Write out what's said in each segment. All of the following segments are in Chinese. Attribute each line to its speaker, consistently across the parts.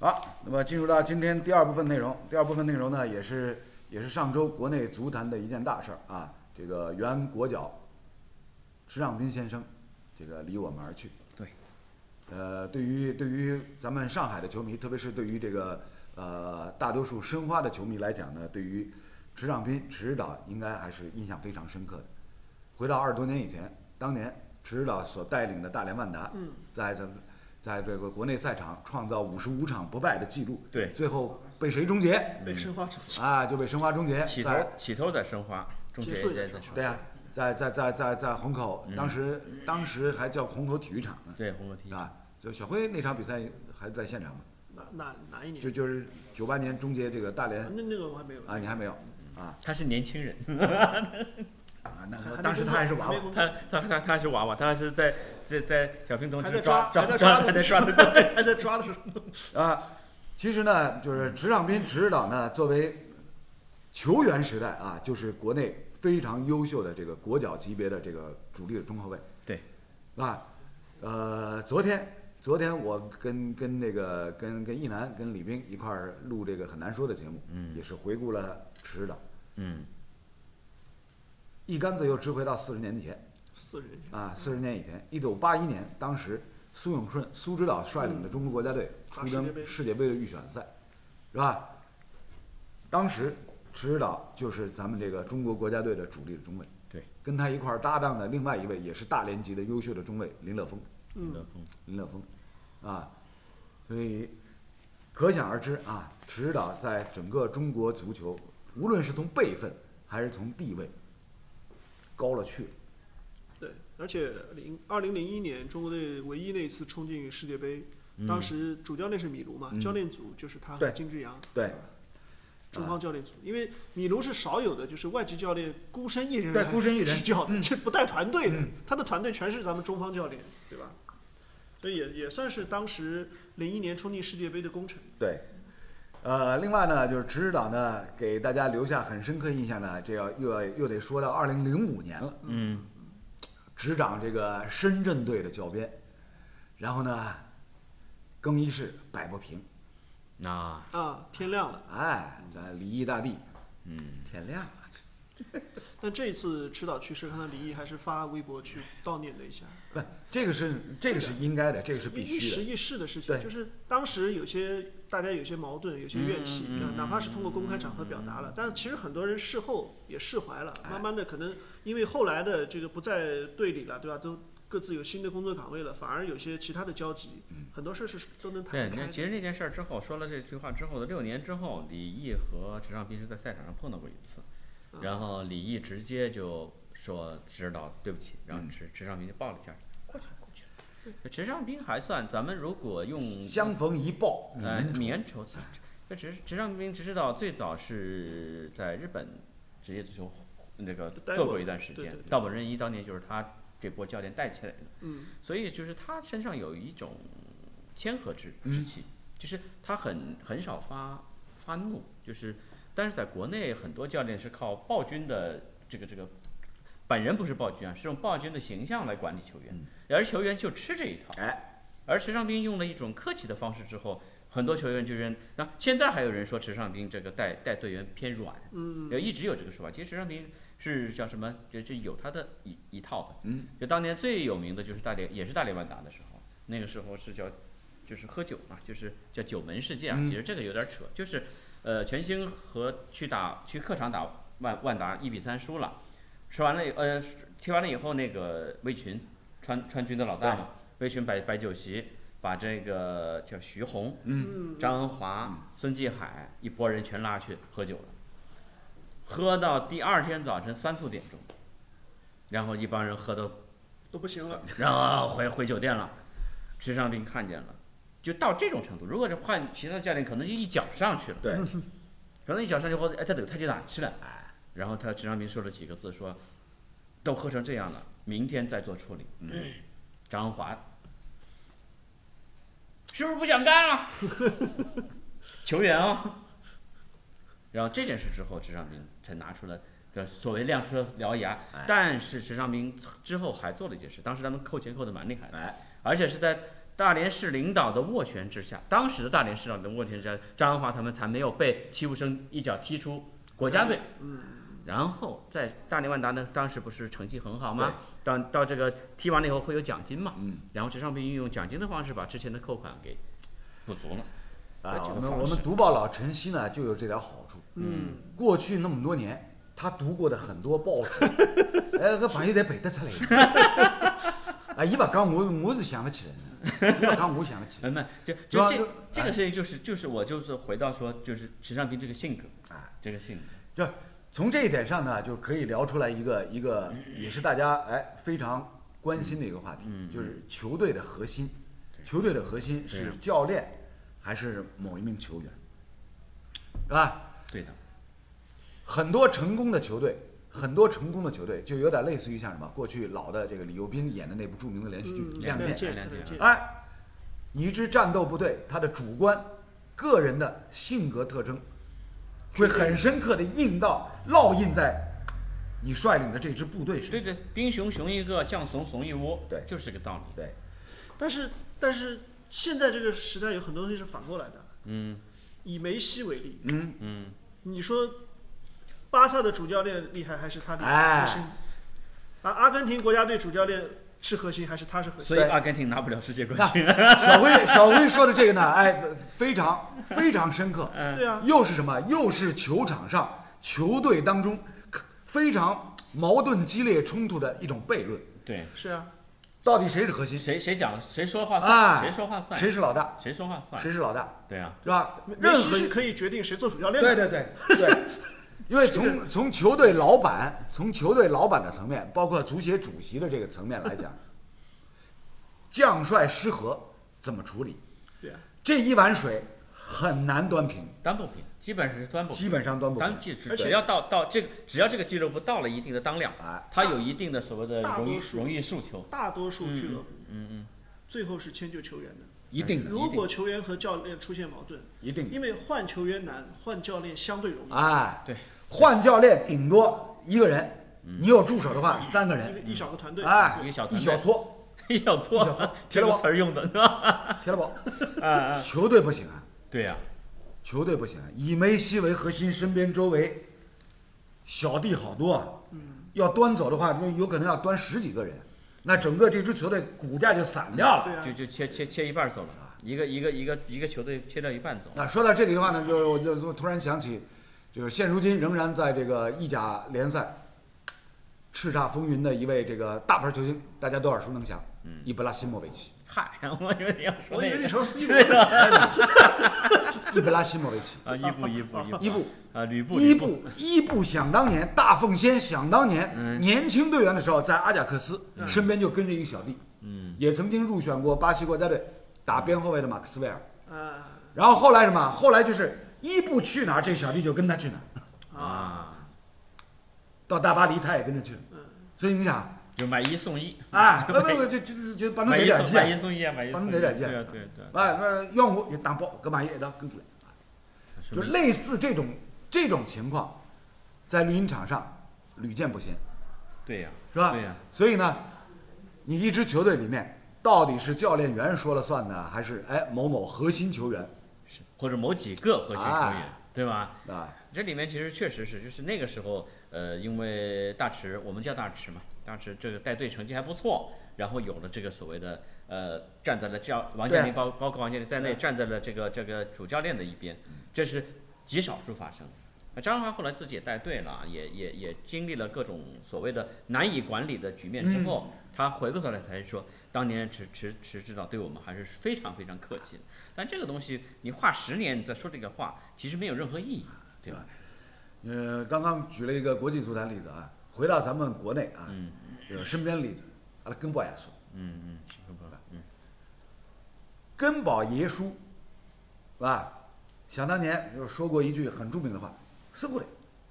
Speaker 1: 好，那么进入到今天第二部分内容，第二部分内容呢，也是也是上周国内足坛的一件大事儿啊，这个原国脚池尚斌先生，这个离我们而去。
Speaker 2: 对，
Speaker 1: 呃，对于对于咱们上海的球迷，特别是对于这个呃大多数申花的球迷来讲呢，对于池尚斌池指导应该还是印象非常深刻的。回到二十多年以前，当年池指导所带领的大连万达，
Speaker 3: 嗯
Speaker 1: 在咱们在这个国内赛场创造五十五场不败的记录，
Speaker 2: 对
Speaker 1: 最后被谁终结？
Speaker 3: 被申花终结。
Speaker 1: 啊，就被申花终结。
Speaker 2: 起头
Speaker 1: 在
Speaker 2: 起头在申花，终结
Speaker 3: 结束
Speaker 2: 也
Speaker 3: 也
Speaker 2: 在
Speaker 3: 在申花
Speaker 1: 对啊，在在在在在虹口，
Speaker 2: 嗯
Speaker 1: 当时当时还叫虹口体育场呢，
Speaker 2: 对红河体育
Speaker 1: 啊，就小辉那场比赛还在现场吗？
Speaker 3: 哪哪哪一年？
Speaker 1: 嗯
Speaker 3: 啊
Speaker 1: 就就是九八年终结这个大连
Speaker 3: 那那个我还没有。
Speaker 1: 啊，你还没有啊
Speaker 2: 他是年轻人，
Speaker 1: 啊，那
Speaker 3: 还没
Speaker 1: 个当时他还是娃
Speaker 3: 还
Speaker 1: 娃
Speaker 3: 没，工作
Speaker 2: 他他他他是娃娃，他是在在在小平同
Speaker 3: 还
Speaker 2: 志
Speaker 3: 在抓，
Speaker 2: 抓
Speaker 3: 还在
Speaker 2: 抓
Speaker 3: 抓，
Speaker 2: 还在抓的，
Speaker 3: 的，还在抓 的时候。
Speaker 1: 啊，其实呢，就是池尚斌池指导呢，作为球员时代啊，就是国内非常优秀的这个国脚级别的这个主力的中后卫。
Speaker 2: 对，
Speaker 1: 啊，呃，昨天昨天我跟跟那个跟跟一楠跟李冰一块儿录这个很难说的节目，
Speaker 2: 嗯
Speaker 1: 也是回顾了池指导，
Speaker 2: 嗯，
Speaker 1: 一竿子又支回到四十年前。
Speaker 3: 四十年前
Speaker 1: 啊，四十年以前，一九八一年，当时苏永顺、苏指导率领的中国国家队
Speaker 3: 打
Speaker 1: 出
Speaker 3: 嗯世界
Speaker 1: 征
Speaker 3: 杯
Speaker 1: 世界杯的预选赛，是吧？当时池指导就是咱们这个中国国家队的主力的中卫，
Speaker 2: 对，
Speaker 1: 跟他一块儿搭档的另外一位也是大连籍的优秀的中卫林乐峰，
Speaker 2: 林德
Speaker 3: 嗯，
Speaker 2: 峰
Speaker 1: 林乐峰，啊，所以可想而知啊，池指导在整个中国足球，无论是从辈分还是从地位，高了去了。
Speaker 3: 对，而且零二零零一年中国队唯一那一次冲进世界杯，当时主教练是米卢嘛，
Speaker 1: 嗯
Speaker 3: 教练组就是他和
Speaker 1: 对
Speaker 3: 金志扬，
Speaker 1: 对，呃
Speaker 3: 中方教练组，因为米卢是少有的，就是外籍教练孤身一人
Speaker 1: 对
Speaker 3: 来
Speaker 1: 孤身一人
Speaker 3: 执教，
Speaker 1: 嗯
Speaker 3: 这不带团队的
Speaker 1: 嗯，
Speaker 3: 他的团队全是咱们中方教练，对吧？所以也也算是当时零一年冲进世界杯的功臣。
Speaker 1: 对，呃，另外呢，就是池指导呢，给大家留下很深刻印象呢，这要又要又得说到二零零五年了，
Speaker 2: 嗯，
Speaker 1: 执掌这个深圳队的教鞭，然后呢，更衣室摆不平，
Speaker 2: 那
Speaker 3: 啊，天亮了。
Speaker 1: 哎，咱离异大地，
Speaker 2: 嗯，
Speaker 1: 天亮了，
Speaker 3: 但这一次池导去世，看到李毅还是发微博去悼念了一下，
Speaker 1: 不，这个是这个是应该的，这个是必
Speaker 3: 一
Speaker 1: 须
Speaker 3: 一时
Speaker 1: 的，
Speaker 3: 一事的事情，
Speaker 1: 对
Speaker 3: 就是当时有些大家有些矛盾，有些怨气，啊
Speaker 2: 嗯嗯嗯
Speaker 3: 哪怕是通过公开场合表达了，但其实很多人事后也释怀了，
Speaker 2: 哎
Speaker 3: 慢慢的可能因为后来的这个不在队里了，对吧？都各自有新的工作岗位了，反而有些其他的交集，很多事是都能
Speaker 2: 嗯对，
Speaker 3: 谈得
Speaker 2: 那
Speaker 3: 开
Speaker 2: 其
Speaker 3: 的。
Speaker 2: 实那件事儿之后，说了这句话之后的六年之后，李毅和池尚斌是在赛场上碰到过一次，
Speaker 3: 啊
Speaker 2: 然后李毅直接就说指导对不起，然后
Speaker 1: 嗯
Speaker 2: 池池尚斌就抱了一下，过去了过去了。池尚斌还算，咱们如果用
Speaker 1: 相逢一报啊泯
Speaker 2: 呃
Speaker 3: 嗯
Speaker 1: 恩仇，
Speaker 2: 棉绸，这池池尚斌只知道最早是在日本职业足球那个
Speaker 3: 待
Speaker 2: 做
Speaker 3: 过
Speaker 2: 过一段时
Speaker 3: 对
Speaker 2: 间
Speaker 3: 对，对
Speaker 2: 道本润一当年就是他这波教练带起来的。
Speaker 3: 嗯，
Speaker 2: 所以就是他身上有一种谦和之
Speaker 1: 嗯
Speaker 2: 之气，就是他很很少发发怒，就是但是在国内很多教练是靠暴君的这个这个，本人不是暴君啊，是用暴君的形象来管理球员
Speaker 1: 嗯，
Speaker 2: 而球员就吃这一套。
Speaker 1: 哎，
Speaker 2: 而池尚斌用了一种客气的方式之后，很多球员就认，那现在还有人说池尚斌这个带带队员偏软，
Speaker 3: 嗯，
Speaker 2: 呃，一直有这个说法。其实池尚斌是叫什么，就就有他的一一套的。
Speaker 1: 嗯，
Speaker 2: 就当年最有名的就是大连，也是大连万达的时候，那个时候是叫，就是喝酒嘛，就是叫九门事件啊。
Speaker 1: 嗯
Speaker 2: 其实这个有点扯，就是，呃，全兴和去打去客场打万万达一比三输了，吃完了以呃踢完了以后，那个魏群，川川军的老大嘛，魏群摆摆酒席，把这个叫徐宏、
Speaker 1: 嗯，
Speaker 3: 嗯，
Speaker 2: 张恩华、孙继海一拨人全拉去喝酒了，喝到第二天早晨三四点钟，然后一帮人喝的
Speaker 3: 都不行了，
Speaker 2: 然后回回酒店了，池尚斌看见了，就到这种程度。如果是换其他教练，可能就一脚上去了，
Speaker 1: 对，
Speaker 2: 可能一脚上去后，哎，他得他就打气了，哎，然后他池尚斌说了几个字，说都喝成这样了，明天再做处理。嗯，张恩华是不是不想干了？ 球员啊、然后这件事之后，池尚斌才拿出了这所谓亮车獠牙
Speaker 1: 哎。
Speaker 2: 但是池尚斌之后还做了一件事，当时咱们扣钱扣的蛮厉害的，
Speaker 1: 哎，
Speaker 2: 而且是在大连市领导的斡旋之下，当时的大连市长的斡旋之下，张华他们才没有被戚务生一脚踢出国家队。
Speaker 3: 嗯，
Speaker 2: 然后在大连万达呢，当时不是成绩很好吗？到到这个踢完了以后会有奖金嘛？
Speaker 1: 嗯，
Speaker 2: 然后池尚斌运用奖金的方式把之前的扣款给补足了。
Speaker 1: 啊，
Speaker 2: 这
Speaker 1: 我
Speaker 2: 个
Speaker 1: 们
Speaker 2: 方
Speaker 1: 我们
Speaker 2: 式
Speaker 1: 读报老晨曦呢就有这点好处。
Speaker 3: 嗯，
Speaker 1: 过去那么多年，他读过的很多报纸，哎，搿朋友侪背得出来 的。啊，伊勿讲，我我是想勿起来的。伊勿讲，我想勿起来。
Speaker 2: 没哎没，就
Speaker 1: 主要哎
Speaker 2: 就这
Speaker 1: 就
Speaker 2: 这个事情就是就是我就是回到说就是池尚斌这个性格，
Speaker 1: 哎，
Speaker 2: 这个性格，
Speaker 1: 从这一点上呢，就可以聊出来一个一个，也是大家哎非常关心的一个话题，就是球队的核心。球队的核心
Speaker 2: 对
Speaker 1: 是
Speaker 2: 呀
Speaker 1: 教练，还是某一名球员，是吧？
Speaker 2: 对的，
Speaker 1: 很多成功的球队，很多成功的球队就有点类似于像什么过去老的这个李幼斌演的那部著名的连续剧
Speaker 3: 嗯
Speaker 1: 《
Speaker 2: 亮
Speaker 1: 亮
Speaker 2: 剑
Speaker 1: 剑》。
Speaker 2: 亮剑
Speaker 3: 亮剑，
Speaker 1: 哎，你一支战斗部队，他的主观、个人的性格特征，会很深刻的印到烙印在你率领的这支部队上。
Speaker 2: 对对，兵熊熊一个，将怂怂一窝，
Speaker 1: 对
Speaker 2: 就是这个道理。
Speaker 1: 对，
Speaker 3: 但是但是现在这个时代有很多东西是反过来的。
Speaker 2: 嗯
Speaker 3: 以梅西为例，
Speaker 1: 嗯，
Speaker 2: 嗯，
Speaker 3: 你说巴萨的主教练厉害还是他厉害
Speaker 1: 哎
Speaker 3: 核心？啊，阿根廷国家队主教练是核心还是他是核
Speaker 2: 所
Speaker 3: 心？
Speaker 2: 以阿根廷拿不了世界冠军。
Speaker 1: 小辉，小辉说的这个呢，哎，非常非常深刻。
Speaker 3: 对啊，
Speaker 1: 又是什么？又是球场上球队当中非常矛盾、激烈冲突的一种悖论。
Speaker 2: 对，
Speaker 3: 是啊，
Speaker 1: 到底谁是核心？
Speaker 2: 谁谁讲谁说话
Speaker 1: 哎
Speaker 2: 算，谁说话算，
Speaker 1: 谁是老大？
Speaker 2: 谁说话算，
Speaker 1: 谁是老大？
Speaker 2: 对啊，
Speaker 1: 是吧？
Speaker 3: 梅
Speaker 1: 任
Speaker 3: 西
Speaker 1: 何
Speaker 3: 是
Speaker 1: 一
Speaker 3: 可以决定谁做主教练
Speaker 1: 对
Speaker 3: 的。
Speaker 1: 对对 对，因为从从球队老板、从球队老板的层面，包括足协主席的这个层面来 讲，将帅失和怎么处理？
Speaker 3: 对啊，
Speaker 1: 这一碗水很难端平，
Speaker 2: 端不平，基本上是端不
Speaker 1: 基
Speaker 2: 平。
Speaker 1: 本上端不
Speaker 2: 当
Speaker 1: 平。
Speaker 2: 只只
Speaker 3: 而且
Speaker 2: 只要到到这个，只要这个俱乐部到了一定的当量，
Speaker 1: 哎，
Speaker 2: 它有一定的所谓的
Speaker 3: 大
Speaker 2: 荣誉
Speaker 3: 多数
Speaker 2: 荣誉诉 求。
Speaker 3: 大多数俱乐部
Speaker 2: 嗯嗯，
Speaker 3: 最后是迁就球员的。
Speaker 1: 一定的，
Speaker 3: 如果球员和教练出现矛盾，
Speaker 1: 一定的。
Speaker 3: 因为换球员难，换教练相对容易，
Speaker 1: 哎，
Speaker 2: 对，嗯
Speaker 1: 换教练顶多一个人，你有助手的话三个
Speaker 3: 因
Speaker 1: 人，
Speaker 3: 为一小个团队。
Speaker 1: 哎，
Speaker 2: 一个小
Speaker 1: 一
Speaker 2: 团队
Speaker 1: 小 撮，一
Speaker 2: 一小
Speaker 1: 小撮
Speaker 2: 错，这个词儿用的，
Speaker 1: 铁了宝，
Speaker 2: 啊啊，
Speaker 1: 球队不行啊，
Speaker 2: 对呀，
Speaker 1: 球队不行啊，以梅西为核心，身边周围小弟好多啊，要端走的话，那有可能要端十几个人，那整个这支球队骨架就散掉了。
Speaker 3: 对啊
Speaker 2: 就，就切切切一半儿走了，一个一个一个一个球队切掉一半走。
Speaker 1: 那说到这里的话呢，就是我就我突然想起，就是现如今仍然在这个意甲联赛叱咤风云的一位这个大牌球星，大家都耳熟能详，伊布拉希莫维奇。
Speaker 2: 嗨， 我以为你要说
Speaker 3: 我以
Speaker 2: 那
Speaker 3: 为你
Speaker 2: 个
Speaker 3: 说 C 罗
Speaker 2: 对的
Speaker 1: 伊布拉希莫维奇，
Speaker 2: 啊，伊布伊布伊布
Speaker 1: 伊布，
Speaker 2: 啊，吕布
Speaker 1: 伊
Speaker 2: 吕
Speaker 1: 布，伊布，想当年大奉先，想当年
Speaker 2: 嗯
Speaker 1: 年轻队员的时候，在阿贾克斯身边就跟着一个小弟，
Speaker 2: 嗯，
Speaker 1: 也曾经入选过巴西国家队，打边后卫的马克斯韦尔。
Speaker 3: 啊
Speaker 1: 然后后来什么？后来就是伊布去哪儿，这小弟就跟他去哪儿。
Speaker 3: 啊，
Speaker 2: 啊，
Speaker 1: 到大巴黎，他也跟着去了。所以你想，
Speaker 2: 就买一送一，
Speaker 1: 哎，不不不，就就就把侬
Speaker 2: 买
Speaker 1: 给
Speaker 2: 一
Speaker 1: 两
Speaker 2: 送买
Speaker 1: 记。
Speaker 2: 一送一啊，买一送
Speaker 1: 帮
Speaker 2: 一，
Speaker 1: 他来两件
Speaker 2: 对啊对啊对啊，
Speaker 1: 哎，那要我就打包，搿买一一道跟过来。
Speaker 2: 说
Speaker 1: 就
Speaker 2: 明
Speaker 1: 类似这种这种情况，在绿茵场上屡见不鲜。
Speaker 2: 对呀，
Speaker 1: 是啊吧？
Speaker 2: 对呀
Speaker 1: 所以呢，你一支球队里面到底是教练员说了算呢，还是哎某某核心球员
Speaker 2: 是或者某几个核心球员
Speaker 1: 哎，
Speaker 2: 对吧？
Speaker 1: 啊？
Speaker 2: 这里面其实确实是，就是那个时候，呃，因为大池，我们叫大池嘛，大池这个带队成绩还不错，然后有了这个所谓的，呃，站在了教王健林包包括王健林在内，
Speaker 1: 对
Speaker 2: 站在了这个这个主教练的一边，这是极少数发生的。那张华后来自己也带队了，也也也经历了各种所谓的难以管理的局面之后，他回过头来才说，当年池池池指导对我们还是非常非常客气的。但这个东西，你画十年你再说这个话，其实没有任何意义，对吧？
Speaker 1: 呃，刚刚举了一个国际足坛例子啊，回到咱们国内啊，
Speaker 2: 嗯
Speaker 1: 就是身边例子，阿拉根宝也说，
Speaker 2: 嗯嗯，是吧？嗯，
Speaker 1: 根宝爷叔，是吧？想当年就说过一句很著名的话：“生下来，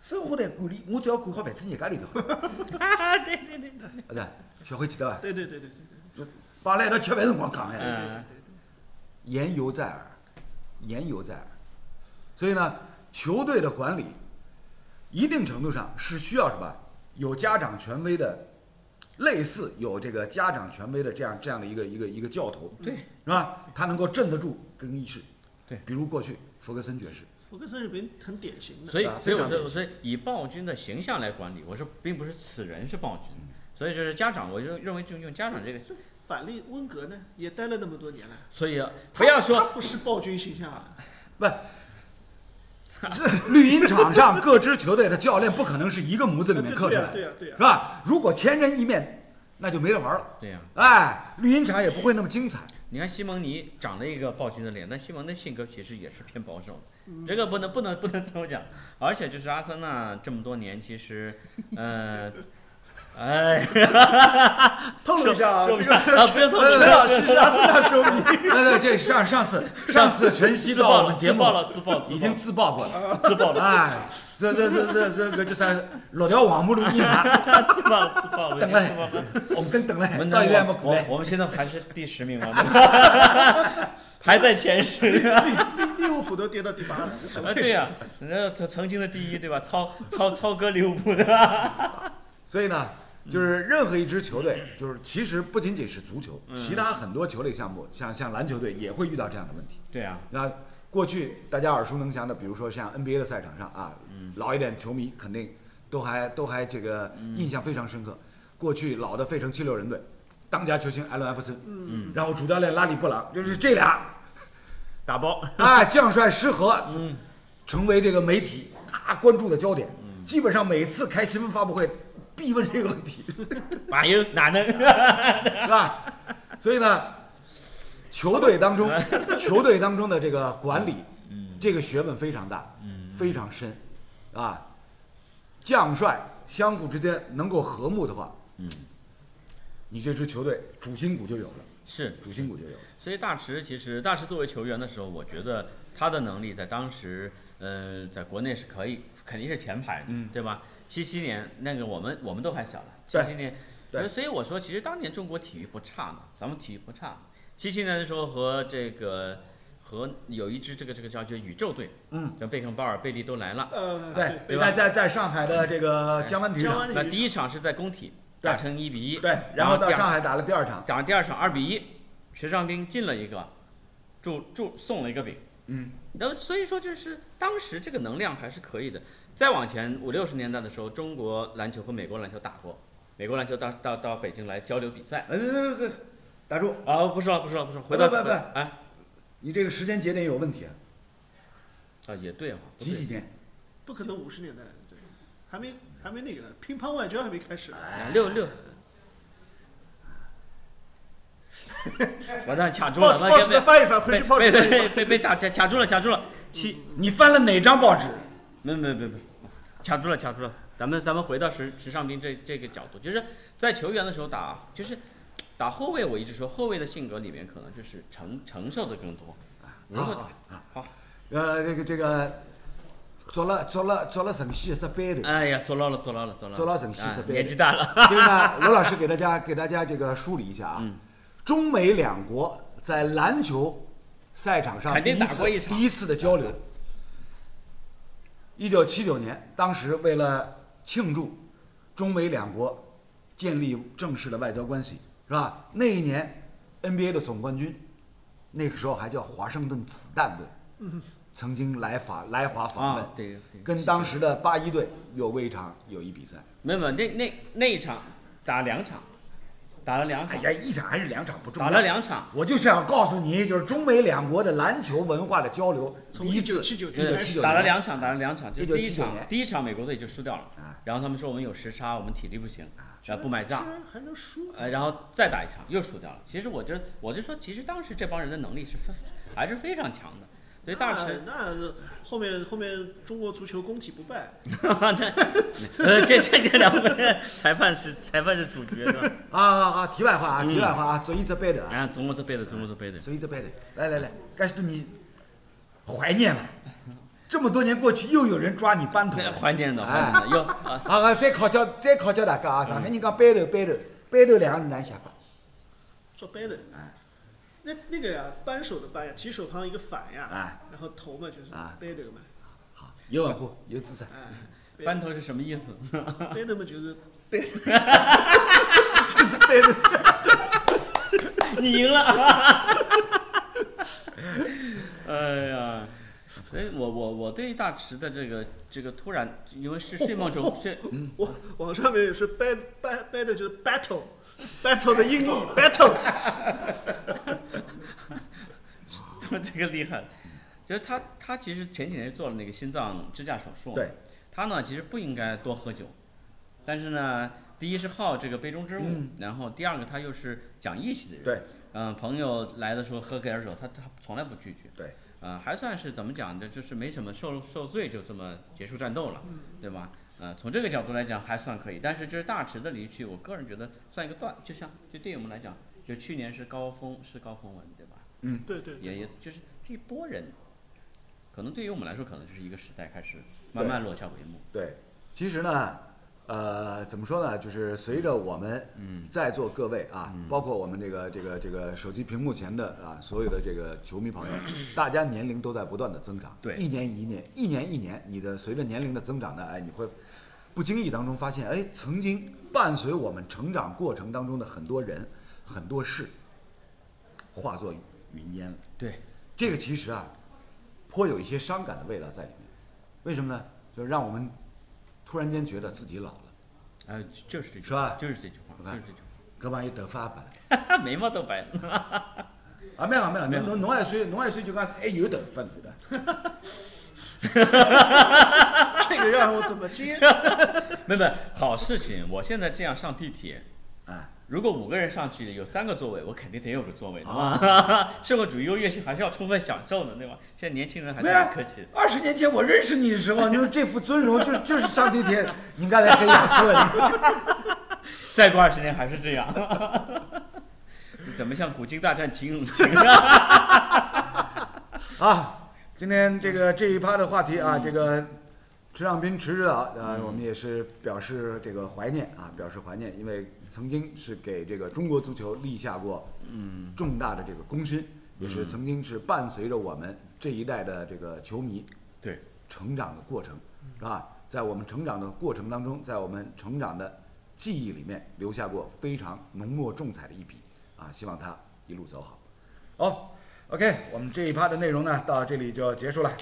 Speaker 1: 生下来管理，我只要管好饭子，人家里头。
Speaker 2: 啊， 对对对对，”
Speaker 1: 对吧，小辉记得吧？
Speaker 3: 对对对对对
Speaker 1: 摆辣一道吃饭辰光讲哎。
Speaker 3: 对对对
Speaker 2: 嗯
Speaker 3: 对对。
Speaker 1: 言犹在耳，言犹在耳。所以呢，球队的管理，一定程度上是需要什么？有家长权威的类似有这个家长权威的这样这样的一个一个一个教头，
Speaker 2: 对，
Speaker 1: 是吧？他能够镇得住更衣室，
Speaker 2: 对
Speaker 1: 比如过去弗格森爵士，
Speaker 3: 福克森是很很典型的，
Speaker 2: 所以
Speaker 1: 啊，
Speaker 2: 所以
Speaker 1: 非
Speaker 2: 我
Speaker 1: 常
Speaker 2: 说，所以以暴君的形象来管理，我说并不是此人是暴君，所以就是家长，我就认为就用家长这个，
Speaker 3: 反例温格呢也待了那么多年了，
Speaker 2: 所以啊
Speaker 3: 他
Speaker 2: 不要说
Speaker 3: 他不是暴君形象啊，
Speaker 1: 绿茵场上各支球队的教练不可能是一个模子
Speaker 3: 对
Speaker 1: 里面刻出
Speaker 3: 对呀
Speaker 1: 来的，
Speaker 3: 对呀对呀啊
Speaker 1: 是，吧？如果千人一面，那就没得玩了。
Speaker 2: 对呀、
Speaker 1: 哎，绿茵场也不会那么精彩。
Speaker 2: 你看西蒙尼长了一个暴君的脸，但西蒙的性格其实也是偏保守的，这个不能不能不能这么讲。而且就是阿森纳这么多年，其实，呃，哎，
Speaker 3: 透露一下啊，
Speaker 2: 说不
Speaker 3: 这
Speaker 2: 上
Speaker 3: 个
Speaker 2: 啊，不 要透露
Speaker 3: 陈老师是阿森纳球迷，
Speaker 1: 对对，这上上次上次晨曦
Speaker 2: 自
Speaker 1: 到
Speaker 2: 爆
Speaker 1: 我
Speaker 2: 了，
Speaker 1: 们节
Speaker 2: 自
Speaker 1: 目
Speaker 2: 爆了，自爆了，
Speaker 1: 已经自曝 过了。
Speaker 2: 自爆了，
Speaker 1: 哎，这这这这这个这才落条网目录音啊 盘，
Speaker 2: 自爆了，自爆了，
Speaker 1: 等
Speaker 2: 自
Speaker 1: 嘞
Speaker 2: 爆了。
Speaker 1: 红灯等嘞
Speaker 2: 我，们
Speaker 1: 哎到
Speaker 2: 我
Speaker 1: 现在没过
Speaker 2: 我
Speaker 1: 来。
Speaker 2: 我们现在还是第十名啊，还在前十。
Speaker 3: 利物浦都跌到第八了，无所
Speaker 2: 啊，
Speaker 3: 谓
Speaker 2: 对呀、人家曾曾经的第一，对吧？超超超哥利物浦的，
Speaker 1: 所以呢，就是
Speaker 2: 嗯
Speaker 1: 任何一支球队，就是其实不仅仅是足球，其他很多球类项目，像像篮球队也会遇到这样的问题。
Speaker 2: 对呀、
Speaker 1: 那过去大家耳熟能详的，比如说像 NBA 的赛场上啊，老一点球迷肯定都还都还这个印象非常深刻。过去老的费城七六人队，当家球星艾伦艾弗森，嗯，然后主教练拉里布朗，就是这俩，
Speaker 2: 打包，
Speaker 1: 哎，将帅失和，成为这个媒体啊关注的焦点。基本上每次开新闻发布会必问这个问题，
Speaker 2: 马英哪能？
Speaker 1: 是吧？所以呢，球队当中，球队当中的这个管理，这个学问非常大，非常深，啊，将帅相互之间能够和睦的话，你这支球队主心骨就有了，
Speaker 2: 是，
Speaker 1: 主心骨就有了。
Speaker 2: 所以大池其实大池作为球员的时候，我觉得他的能力在当时，呃，在国内是可以，肯定是前排的，
Speaker 1: 嗯
Speaker 2: 对吧？七七年那个我们我们都还小了，七
Speaker 1: 对
Speaker 2: 七年，呃
Speaker 1: 对
Speaker 2: 所以我说其实当年中国体育不差嘛，咱们体育不差。七七年的时候和这个和有一支这个这个叫叫宇宙队，
Speaker 1: 嗯，
Speaker 2: 叫贝肯鲍尔、贝利都来了。
Speaker 3: 呃，
Speaker 1: 对，啊
Speaker 2: 对吧
Speaker 1: 在在在上海的这个江湾体育
Speaker 3: 江
Speaker 1: 场，
Speaker 3: 湾
Speaker 2: 那
Speaker 3: 女
Speaker 2: 第一场是在工体
Speaker 1: 对
Speaker 2: 打成一比一，
Speaker 1: 对，然后到上海打了第二场，
Speaker 2: 打第二场二比一，徐尚斌进了一个，助助送了一个饼，
Speaker 1: 嗯，
Speaker 2: 然后所以说就是当时这个能量还是可以的。再往前五六十年代的时候，中国篮球和美国篮球打过，美国篮球到到到北京来交流比赛。
Speaker 1: 呃，呃呃打住，
Speaker 2: 啊，不说了，不说了，不说了，回到
Speaker 1: 不不不
Speaker 2: 哎
Speaker 1: 你这个时间节点有问题啊，
Speaker 2: 啊，也对哈，不
Speaker 1: 几
Speaker 2: 对
Speaker 1: 几年？
Speaker 3: 不可能五十年代，对还没还没那个呢，乒乓外交还没开始呢，
Speaker 2: 啊六 六。完蛋，卡住
Speaker 3: 报
Speaker 2: 了，
Speaker 3: 纸报
Speaker 2: 完
Speaker 3: 纸再
Speaker 2: 全
Speaker 3: 翻一翻，回
Speaker 2: 被
Speaker 3: 去报
Speaker 2: 被
Speaker 3: 纸
Speaker 2: 被
Speaker 3: 翻一翻。
Speaker 2: 被被被打卡卡住了，卡住了，七
Speaker 1: 你翻了哪张报纸？
Speaker 2: 没没没没，卡住了卡住了。咱们咱们回到时时尚兵这这个角度，就是在球员的时候打，就是打后卫，我一直说后卫的性格里面可能就是承承受的更多。如果
Speaker 1: 啊啊
Speaker 2: 好，
Speaker 1: 呃，这个这个，做了做了做了省戏这班的，
Speaker 2: 哎呀，坐牢了坐牢了坐牢了，
Speaker 1: 坐牢省戏
Speaker 2: 哎
Speaker 1: 这边
Speaker 2: 年纪大了，
Speaker 1: 因为呢，罗老师给大家给大家这个梳理一下啊，
Speaker 2: 嗯
Speaker 1: 中美两国在篮球赛场上
Speaker 2: 肯定
Speaker 1: 第一
Speaker 2: 打
Speaker 1: 次
Speaker 2: 过一场
Speaker 1: 第一次的交流。一九七九年，当时为了庆祝中美两国建立正式的外交关系，是吧？那一年 NBA 的总冠军，那个时候还叫华盛顿子弹队，曾经来法来华访问
Speaker 2: 嗯啊，，对对，
Speaker 1: 跟当时的八一队有过一场友谊比赛。
Speaker 2: 没有没有那那那一场打两场，打了两
Speaker 1: 哎
Speaker 2: 场，
Speaker 1: 呀，一场还是两场不重要。
Speaker 2: 打了两场，
Speaker 1: 我就想告诉你，就是中美两国的篮球文化的交流，
Speaker 3: 从
Speaker 1: 一九
Speaker 3: 1979
Speaker 1: 一九
Speaker 3: 年开
Speaker 1: 七
Speaker 3: 始
Speaker 1: 九
Speaker 2: 打了两场，打了两场，就第一
Speaker 1: 1979年
Speaker 2: 场第一场美国队就输掉了
Speaker 1: 啊，
Speaker 2: 然后他们说我们有时差，我们体力不行，啊不买账
Speaker 3: 居。然还能输，
Speaker 2: 呃，然后再打一场又输掉了。其实我觉得，我就说，其实当时这帮人的能力是非还是非常强的。所以大 池，
Speaker 3: 那那后面后面中国足球攻体不败，
Speaker 2: 呃，这这这两位裁判是裁判是主角是吧？
Speaker 1: 啊啊啊！题外话
Speaker 2: 嗯
Speaker 1: 啊，题外话啊，所以这辈的啊，
Speaker 2: 啊，中国这辈的，中国这辈的，
Speaker 1: 所以这辈的，来来来，该是你怀念了，这么多年过去，又有人抓你班头
Speaker 2: 那
Speaker 1: 了。
Speaker 2: 怀念的怀念的，又啊，
Speaker 1: 啊啊！再考教，再考教大家啊，上海人讲班头，班头，班头两个字哪写法？
Speaker 3: 做掰的。那那个呀，扳手的扳呀，提手旁一个反呀，
Speaker 1: 哎
Speaker 3: 然后头嘛就是
Speaker 1: 哎
Speaker 3: 掰的嘛，
Speaker 1: 有啊文化，有知识。
Speaker 3: 哎，
Speaker 2: 班头是什么意思？
Speaker 3: 掰的嘛就是掰。
Speaker 1: 对对，
Speaker 2: 你赢了。 哎呀，所以我我我对大池的这个这个突然，因为是睡梦中睡
Speaker 3: 网网上面有是 bat bat bat 就是 battle battle 的音译 battle，
Speaker 2: 这么这个厉害，就是他他其实前几年做了那个心脏支架手术，
Speaker 1: 对，
Speaker 2: 他呢其实不应该多喝酒，但是呢，第一是好这个杯中之物，然后第二个他又是讲义气的人，
Speaker 1: 嗯对，
Speaker 2: 嗯、朋友来的时候喝点酒，他他从来不拒绝，
Speaker 1: 对，
Speaker 2: 呃，还算是怎么讲的，就是没什么受受罪，就这么结束战斗了，对吧？呃，从这个角度来讲还算可以，但是就是大池的离去，我个人觉得算一个断，就像就对于我们来讲，就去年是高峰是高峰文，对吧？
Speaker 3: 对对
Speaker 2: 也也就是这一波人，可能对于我们来说，可能就是一个时代开始慢慢落下帷幕。
Speaker 1: 对，其实呢，呃，怎么说呢？就是随着我们在座各位啊，包括我们这个这个这个手机屏幕前的啊，所有的这个球迷朋友，大家年龄都在不断的增长，
Speaker 2: 对
Speaker 1: 一年一年，一年一年，你的随着年龄的增长呢，哎，你会不经意当中发现，哎，曾经伴随我们成长过程当中的很多人、很多事，化作云烟了。
Speaker 2: 对，
Speaker 1: 这个其实啊，颇有一些伤感的味道在里面。为什么呢？就是让我们突然间觉得自己老了，
Speaker 2: 呃，就是这句，
Speaker 1: 是吧
Speaker 2: 就是这句话，
Speaker 1: 我看
Speaker 2: 就是这句话。
Speaker 1: 胳膊一得发白。
Speaker 2: 哈， 眉毛都白了。
Speaker 1: 啊，没有没有，侬侬侬一岁，侬一岁就讲，哎，有头发你的。
Speaker 3: 这个让我怎么接？
Speaker 2: 没有没有，好事情。我现在这样上地铁，
Speaker 1: 啊，
Speaker 2: 如果五个人上去有三个座位，我肯定得有个座位
Speaker 1: 哦
Speaker 2: 的嘛。社会主义优越性还是要充分享受的，对吧？现在年轻人还是
Speaker 1: 没有
Speaker 2: 很客气。
Speaker 1: 二十年前我认识你的时候，你说这副尊容就 就是上地铁，你刚才很雅俗。
Speaker 2: 再过二十年还是 这样， 怎么像古今大战秦 俑 情？
Speaker 1: 啊，今天这个这一趴的话题啊，这个池上斌池指导，呃，我们也是表示这个怀念啊，表示怀念，因为曾经是给这个中国足球立下过嗯重大的这个功勋，也是曾经是伴随着我们这一代的这个球迷
Speaker 2: 对，
Speaker 1: 成长的过程，是吧？在我们成长的过程当中，在我们成长的记忆里面留下过非常浓墨重彩的一笔啊！希望他一路走好。好，OK，我们这一趴的内容呢，到这里就结束了。